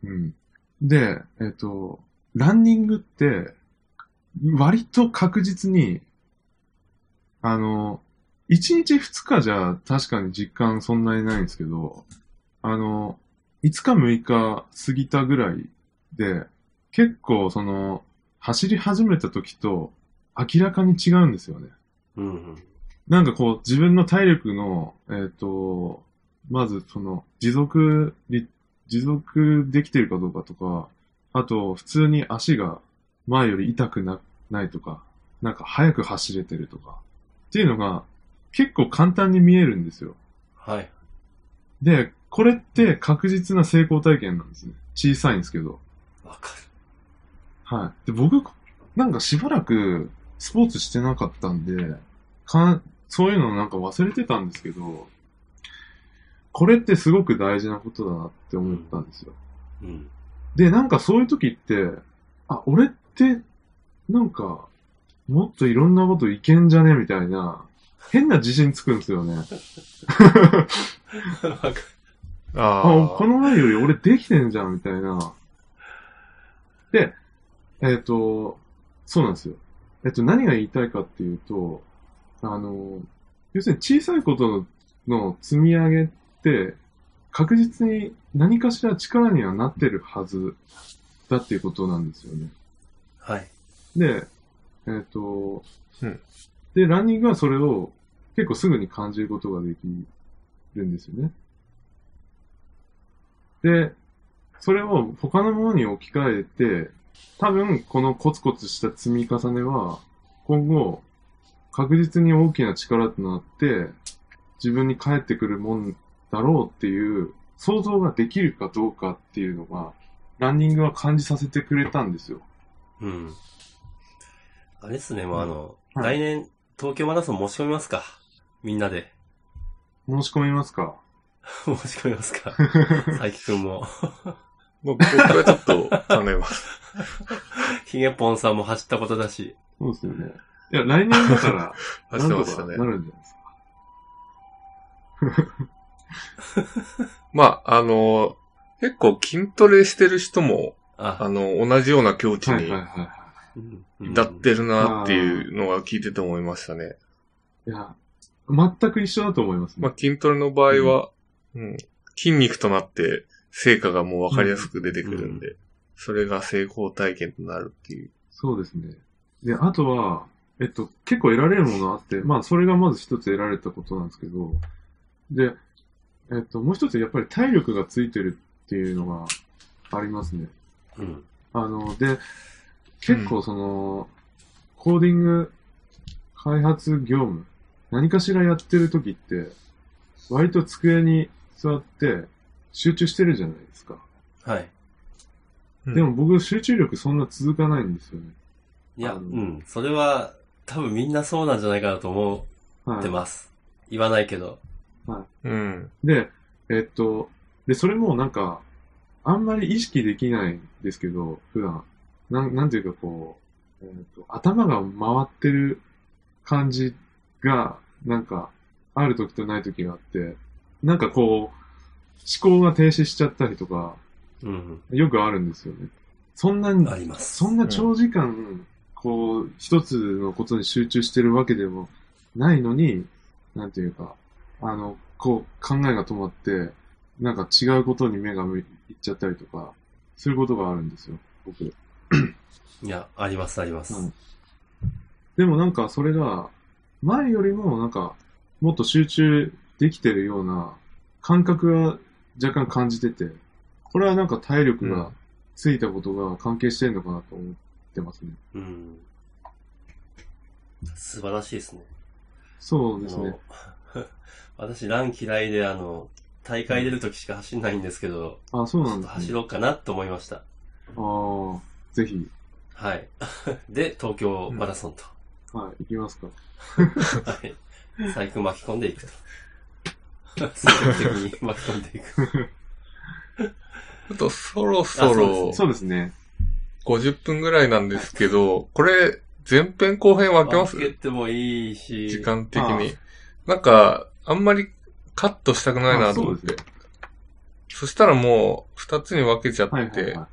Speaker 3: うん。で、えっ、と、ランニングって、割と確実に、あの、1日2日じゃ確かに実感そんなにないんですけど、あの、5日6日過ぎたぐらいで、結構その、走り始めた時と明らかに違うんですよね。
Speaker 2: うん。
Speaker 3: なんかこう、自分の体力の、えっ、と、まずその、持続り、持続できてるかどうかとか、あと、普通に足が前より痛くな、ないとか、なんか速く走れてるとか、っていうのが結構簡単に見えるんですよ。
Speaker 2: はい。
Speaker 3: で、これって確実な成功体験なんですね。小さいんですけど。
Speaker 2: わか
Speaker 3: はい。で、僕、なんかしばらくスポーツしてなかったんで、かんそういうのなんか忘れてたんですけど、これってすごく大事なことだなって思ったんですよ。
Speaker 2: る。うん。
Speaker 3: で、なんかそういう時って、あ、俺って、なんか、もっといろんなこといけんじゃねみたいな、変な自信つくんですよね。
Speaker 2: わかる。
Speaker 1: あ
Speaker 3: あ、
Speaker 1: あ。
Speaker 3: この前より俺できてんじゃん、みたいな。で、えっ、と、そうなんですよ。えっ、と、何が言いたいかっていうと、あの、要するに小さいことのの積み上げって、確実に何かしら力にはなってるはずだっていうことなんですよね。
Speaker 2: はい。
Speaker 3: で、えっ、と、
Speaker 1: うん
Speaker 3: で、ランニングはそれを結構すぐに感じることができるんですよね。で、それを他のものに置き換えて、多分このコツコツした積み重ねは、今後、確実に大きな力となって、自分に返ってくるもんだろうっていう、想像ができるかどうかっていうのが、ランニングは感じさせてくれたんですよ。
Speaker 2: うん。あれですね、もうあの、
Speaker 3: はい
Speaker 2: 来年、東京マラソン申し込みますかみんなで。
Speaker 3: 申し込みますか
Speaker 2: 申し込みますか佐伯くんも。
Speaker 1: 僕はちょっと考えます。
Speaker 2: ヒゲポンさんも走ったことだし。
Speaker 3: そうですよね。いや、来年だから、
Speaker 1: 走ってました
Speaker 3: とか な
Speaker 1: ね。
Speaker 3: るんじゃないですか。
Speaker 1: まあ、あの、結構筋トレしてる人も、あ
Speaker 2: あ、
Speaker 1: の、同じような境地
Speaker 3: はいはい
Speaker 1: に
Speaker 3: はいは
Speaker 2: うん
Speaker 1: 至って。るなっていうのは聞いてて思いましたね。
Speaker 3: い。いや、全く一緒だと思います
Speaker 1: ま
Speaker 3: ね
Speaker 1: あ、。筋トレの場合は、うん、筋肉となって成果がもうわかりやすく出てくるんで、それが成功体験となるっていう。
Speaker 3: そうですね。で、あとは、えっと、結構得られるものあって、まあ、それがまず一つ得られたことなんですけど、で、えっと、もう一つやっぱり体力がついてるっていうのがありますね。
Speaker 2: うん。
Speaker 3: あの、で、結構その、コーディング、開発業務、何かしらやってる時って、割と机に座って集中してるじゃないですか。
Speaker 2: はい。
Speaker 1: うん
Speaker 3: でも僕集中力そんな続かないんですよね。
Speaker 2: いや、
Speaker 3: あ
Speaker 2: う
Speaker 3: の
Speaker 2: ん。それは、多分みんなそうなんじゃないかなと思
Speaker 3: は
Speaker 2: っ
Speaker 3: い。
Speaker 2: てます。言わないけど。
Speaker 1: うん。
Speaker 3: で、えっと、で、それもなんか、あんまり意識できないんですけど、普段。なん、なんていうかこう、えっと、頭が回ってる感じが、なんか、ある時とない時があって、なんかこう、思考が停止しちゃったりとか、
Speaker 2: うん。
Speaker 3: よくあるんですよね。そんなに
Speaker 2: あります。
Speaker 3: そんな長時間、こう、一つのことに集中してるわけでもないのに、なんていうか、あの、こう、考えが止まって、なんか違うことに目が向いちゃったりとか、することがあるんですよ、僕。
Speaker 2: いや、あります、あります。
Speaker 3: うんでもなんかそれが、前よりもなんか、もっと集中できてるような感覚は若干感じてて、これはなんか体力
Speaker 1: う
Speaker 3: が
Speaker 1: ん
Speaker 3: ついたことが関係してるのかなと思ってますね。
Speaker 2: うん。素晴らしいですね。
Speaker 3: そう
Speaker 2: あ
Speaker 3: ですね
Speaker 2: の。 私、ラン嫌いで、あの、大会出るときしか走んないんですけど、
Speaker 3: あ、そう
Speaker 2: ち
Speaker 3: な
Speaker 2: ょ
Speaker 3: ん
Speaker 2: っ
Speaker 3: で
Speaker 2: と
Speaker 3: すね
Speaker 2: 走。ろうかなと思いました。
Speaker 3: ああ、ぜひ、
Speaker 2: はい。で、東京マラソンと。
Speaker 3: はい、行きますか。
Speaker 2: はい。細工巻き込んでいく と。積極的に巻き込んでいく。
Speaker 1: あと、そろ
Speaker 2: あ
Speaker 1: そ
Speaker 2: そう
Speaker 1: ろ
Speaker 3: そうですね。
Speaker 1: 50分ぐらいなんですけど、これ、前編後編分けます
Speaker 2: 分けてもいいし。
Speaker 1: 時間的に。なんか、あんまりカットしたくないなと
Speaker 3: あそ
Speaker 1: 思っ
Speaker 3: うです
Speaker 1: て
Speaker 3: ね。。
Speaker 1: そしたらもう、二つに分けちゃって、
Speaker 3: はいはいはい。